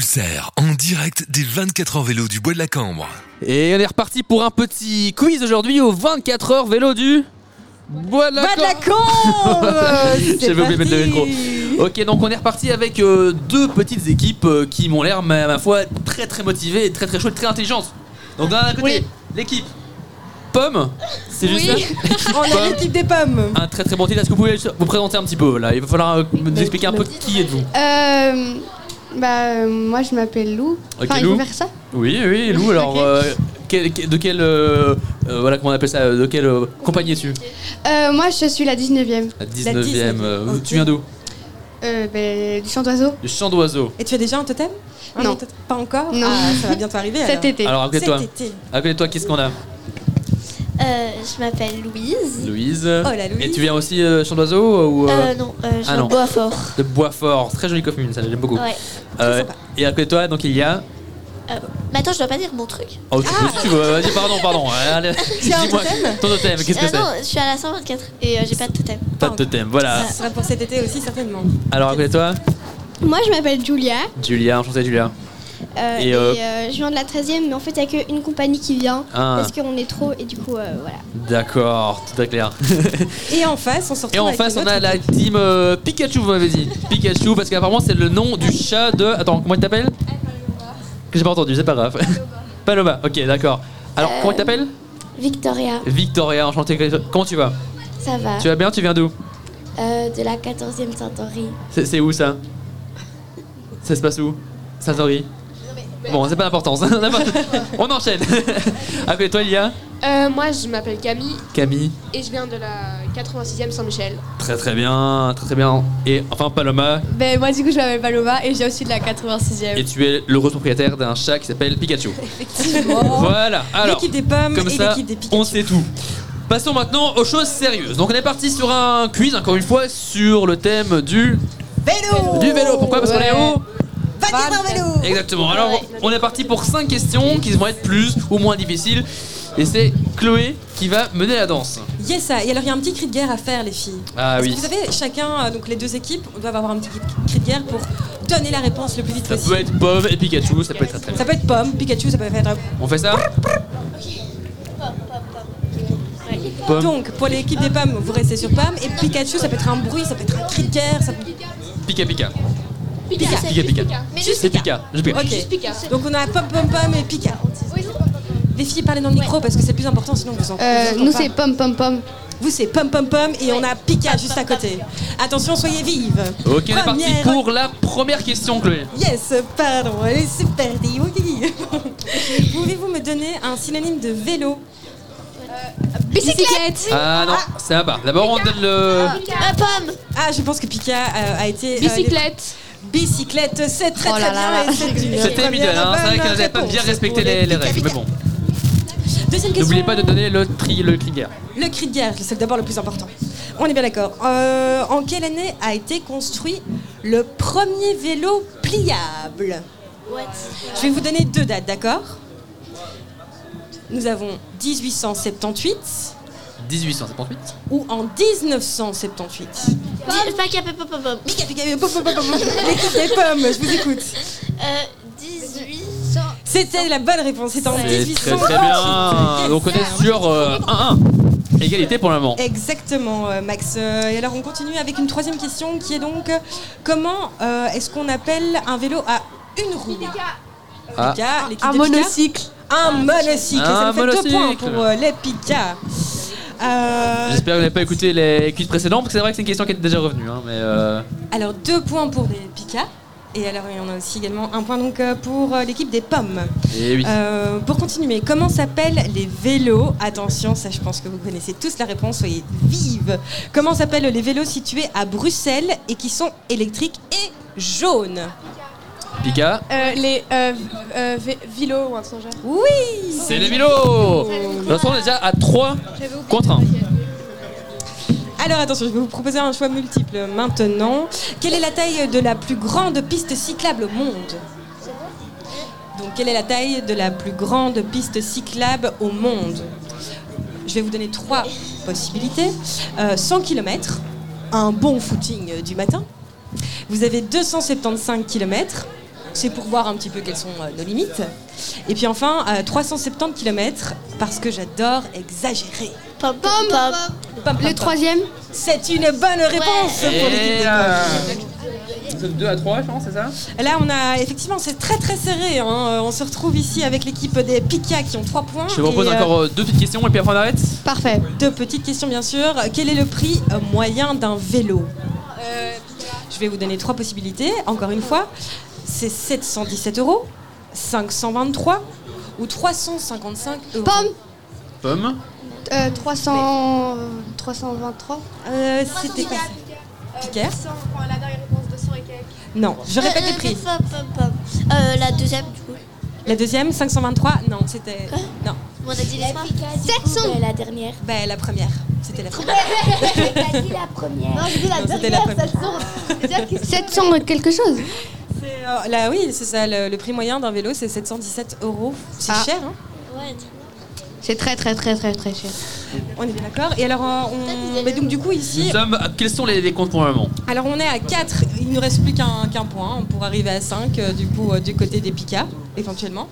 Pulsaire, en direct des 24 heures vélo du Bois de la Cambre. Et on est reparti pour un petit quiz aujourd'hui aux 24 heures vélo du Bois de la Pas de la Cambre. con J'avais oublié de mettre le micro. Ok, donc on est reparti avec euh, deux petites équipes euh, qui m'ont l'air, ma, ma foi, très très motivées, et très très chaudes, très intelligentes. Donc d'un côté, Oui. l'équipe Pomme, c'est juste ça Oui, on a l'équipe des pommes. un très très bon titre. Est-ce que vous pouvez vous présenter un petit peu là Il va falloir euh, nous expliquer un peu qui êtes-vous. Euh, bah, euh, moi je m'appelle Lou. Ok, Enfin, Lou. il faut faire ça Oui, oui, Lou. Alors, Ok. euh, quel- quel- de quelle euh, euh, voilà comment on appelle ça euh, De quelle euh, compagnie es-tu euh, Moi je suis la 19ème. La 19e. 19e, euh, ok. Tu viens d'où Euh, ben, du chant d'oiseau Du chant d'oiseau. Et tu as déjà un totem Un Non. totem Pas encore Non. Ah, ça va bientôt arriver. cet alors. été. Alors, à côté de Cet toi. été. À côté de toi, qu'est-ce qu'on a Euh, je m'appelle Louise. Louise. Oh, la Louise. Et tu viens aussi euh, chant d'oiseau ou euh, Euh, non, euh, je ah viens non. de Boisfort. de Boisfort Très jolie commune, ça j'aime beaucoup. Ouais. Euh, sympa. et à côté de toi, donc il y a. Mais attends, je dois pas dire mon truc. Oh, tu peux si tu veux. Vas-y, pardon, pardon. Allez, as un dis-moi, totem Ton totem, Euh, qu'est-ce que Euh, Ah c'est non, je suis à la 124 et euh, j'ai pas de totem. Pas de totem, Euh, voilà. Ce sera pour cet été aussi, certainement. Alors à côté de toi, Moi, je m'appelle Julia Julia, enchantée Julia. euh, Et, et, euh, euh, je viens de la 13e, mais en fait, il n'y a qu'une compagnie qui vient Ah. parce qu'on est trop et du coup, euh, voilà. D'accord, tout est clair. Et en face, on se retrouve Et en avec face, une on a autre la équipe. team euh, Pikachu, vous m'avez dit. Pikachu, parce qu'apparemment, c'est le nom du chat de. Attends, comment il t'appelle Que j'ai pas entendu, c'est pas grave. Paloma, ok, d'accord. Alors, comment il t'appelle Victoria, Victoria, enchanté. Comment tu vas ça va. Tu vas bien Tu viens d'où Euh, de la 14e Saint-Henri. C'est c'est où ça Ça se passe où Saint-Henri Bon, c'est pas l'importance. On a pas- on enchaîne. À côté de toi, il y a Euh, moi, je m'appelle Camille Camille. et je viens de la 86e Saint-Michel. Très très bien, très très bien. Et enfin, Paloma, Ben, moi du coup je m'appelle Paloma et j'ai aussi de la 86ème. et tu es l'heureux propriétaire d'un chat qui s'appelle Pikachu. Oh. Effectivement. Voilà, alors. L'équipe des pommes Comme et ça, l'équipe des piques. on sait tout. Passons maintenant aux choses sérieuses. Donc on est parti sur un quiz, encore une fois, sur le thème du, Vélo du vélo. Pourquoi Parce qu'on est Ouais. haut Va dire un vélo Exactement. Alors on est parti pour 5 questions qui vont être plus ou moins difficiles. Et c'est Chloé qui va mener la danse. Yes, ça. Et alors, il y a un petit cri de guerre à faire, les filles. Ah Parce que oui. vous savez, chacun, euh, donc les deux équipes, doivent avoir un petit cri de guerre pour donner la réponse le plus vite Ça peut possible. être Pomme et Pikachu, ça peut être très Ça peut être pomme, Pikachu, ça peut être. On fait ça Pomme, Donc, pour l'équipe des pommes, vous restez sur pomme. Et Pikachu, ça peut être un bruit, ça peut être un cri de guerre. Ça peut... Pika Pika. Pika, Pika Pika. C'est Pika. Je Pika. Ok. Donc, on a pomme, pomme, pomme et Pika. Les filles, parlez dans le micro parce que c'est plus important, sinon vous en Euh, vous entend nous pas. c'est pom pom pom. Vous, c'est pomme, pomme, pomme. Et on a Pika juste à côté. Attention, soyez vives. Ok, on est parti Première- pour la première question, Chloé. Yes, pardon, elle est super dit, ok. Pouvez-vous me donner un synonyme de vélo Euh, Bicyclette Ah non, ça va pas. D'abord, on donne le. Ah, pomme Ah, je pense que Pika euh, a été. euh, Bicyclette. les- Bicyclette, c'est très Oh très là là. bien. et c'est une C'était première évident, hein. c'est vrai bonne qu'elle n'avait pas réponse bien respecté pour les, les Pika règles. Pika. Mais bon, Deuxième question. n'oubliez pas de donner le tri, le trigger. Le cri de guerre, c'est d'abord le plus important. On est bien d'accord. Euh, en quelle année a été construit le premier vélo pliable What Je vais vous donner deux dates, d'accord Nous avons 1878 1878. ou en 1978. Dis- Pas capé, pop, pop, pop. Pika, pika, pop, pop, pop, pop. L'équipe des pommes, je vous écoute. Euh, 18. C'était la bonne réponse, c'était en C'est 1800. très très bien. Donc on est sur euh, 1-1. Égalité pour le moment. Exactement, euh, Max. Euh, Et alors, on continue avec une troisième question qui est donc euh, comment euh, est-ce qu'on appelle un vélo à une roue Ah. Pika, l'équipe Un de Pika. monocycle. Un monocycle. Un ça nous fait monocycle. deux points pour euh, les Pika. Euh, J'espère que vous n'avez pas écouté les quiz précédents, parce que c'est vrai que c'est une question qui était déjà revenue. hein, mais euh, alors, deux points pour les Pika. Et alors, il y en a aussi également un point donc euh, pour euh, l'équipe des pommes. et oui. Euh, pour continuer, comment s'appellent les vélos Attention, ça je pense que vous connaissez tous la réponse, soyez vives. Comment s'appellent les vélos situés à Bruxelles et qui sont électriques et jaunes Pika, Euh, les euh, v- euh, vé- vélos ou un truc genre. Oui c'est les vélos Nous on est déjà à 3 contre 1. Alors attention, je vais vous proposer un choix multiple maintenant. Quelle est la taille de la plus grande piste cyclable au monde Donc quelle est la taille de la plus grande piste cyclable au monde Je vais vous donner trois possibilités. Euh, 100 km, un bon footing euh, du matin. Vous avez 275 km C'est pour voir un petit peu quelles sont euh, nos limites. Et puis enfin, euh, 370 km, parce que j'adore exagérer. Pom, pom, pom. Pam, pam, Le pam. troisième C'est une bonne réponse pour l'équipe Et, des euh, Vous êtes 2 à 3, je pense, c'est ça Là, on a effectivement, c'est très très serré. hein. Euh, On se retrouve ici avec l'équipe des Picas qui ont 3 points. Je vous propose Et, euh, encore euh, deux petites questions et puis après on arrête. Parfait. Deux petites questions, bien sûr. Quel est le prix euh, moyen d'un vélo Je vais vous donner trois possibilités, encore une fois. C'est 717 euros, 523 ou 355 euros. Pomme Pomme. euh, 300... 323 Euh, C'était pas ça. Euh, Piquet la dernière réponse, 200 et quelques. Non, je répète Euh, les prix. pom, pom, pom. Euh, la deuxième, du coup. La deuxième, 523, non, c'était. Hein Non, On a dit les trois. 700. La dernière. bah, la première. C'était la première. T'as dit la première. Non, je dis la Non, c'était la première. 700 quelque chose C'est, euh, là, oui, c'est ça. Le, le prix moyen d'un vélo, c'est 717 euros. C'est Ah. cher, hein Ouais. C'est très très très très très cher. On est bien d'accord. Et alors, euh, on. Mais donc, du coup, ici, Nous sommes. à- Quels sont les, les comptes pour le moment Alors on est à 4, il ne nous reste plus qu'un qu'un point pour arriver à 5 du coup euh, du côté des Picas éventuellement.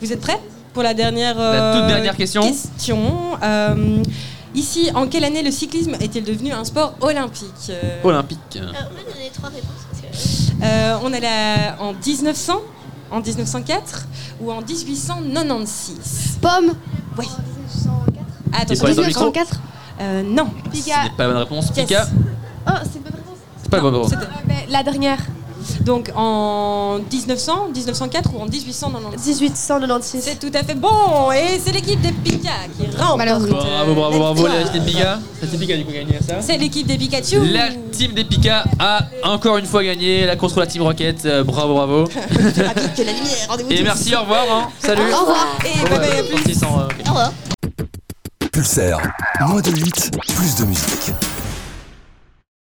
Vous êtes prêts pour la dernière euh, La toute dernière question. question. Euh, ici, en quelle année le cyclisme est-il devenu un sport olympique Euh, Olympique. Euh, on peut donner trois réponses. parce que- euh, On est là en 1900, en 1904 ou en 1896 Pomme Oui. Et sur Attention, les autres 1904 Euh, non. Ce n'est pas la bonne réponse. Yes. Pika, Oh, c'est une bonne réponse. c'est pas la bonne réponse. C'était- euh, la dernière, Donc en 1900, 1904 ou en 1896 1896. C'est tout à fait bon et c'est l'équipe des Pika qui remporte. Malheureusement. Bravo, bravo, bravo, la la victoire. team Pika. La team Pika, du coup, gagné ça. C'est l'équipe des Pikachu. La team des Pika a encore une fois gagné la course pour la team Rocket. Euh, Bravo, bravo. Rapide que la lumière. Rendez-vous Et tous. merci, au revoir. hein. Salut. Au revoir. Et bye bye, à bah, plus. Sorti sans, euh, ok. Pulsaire, moins de 8, plus de musique.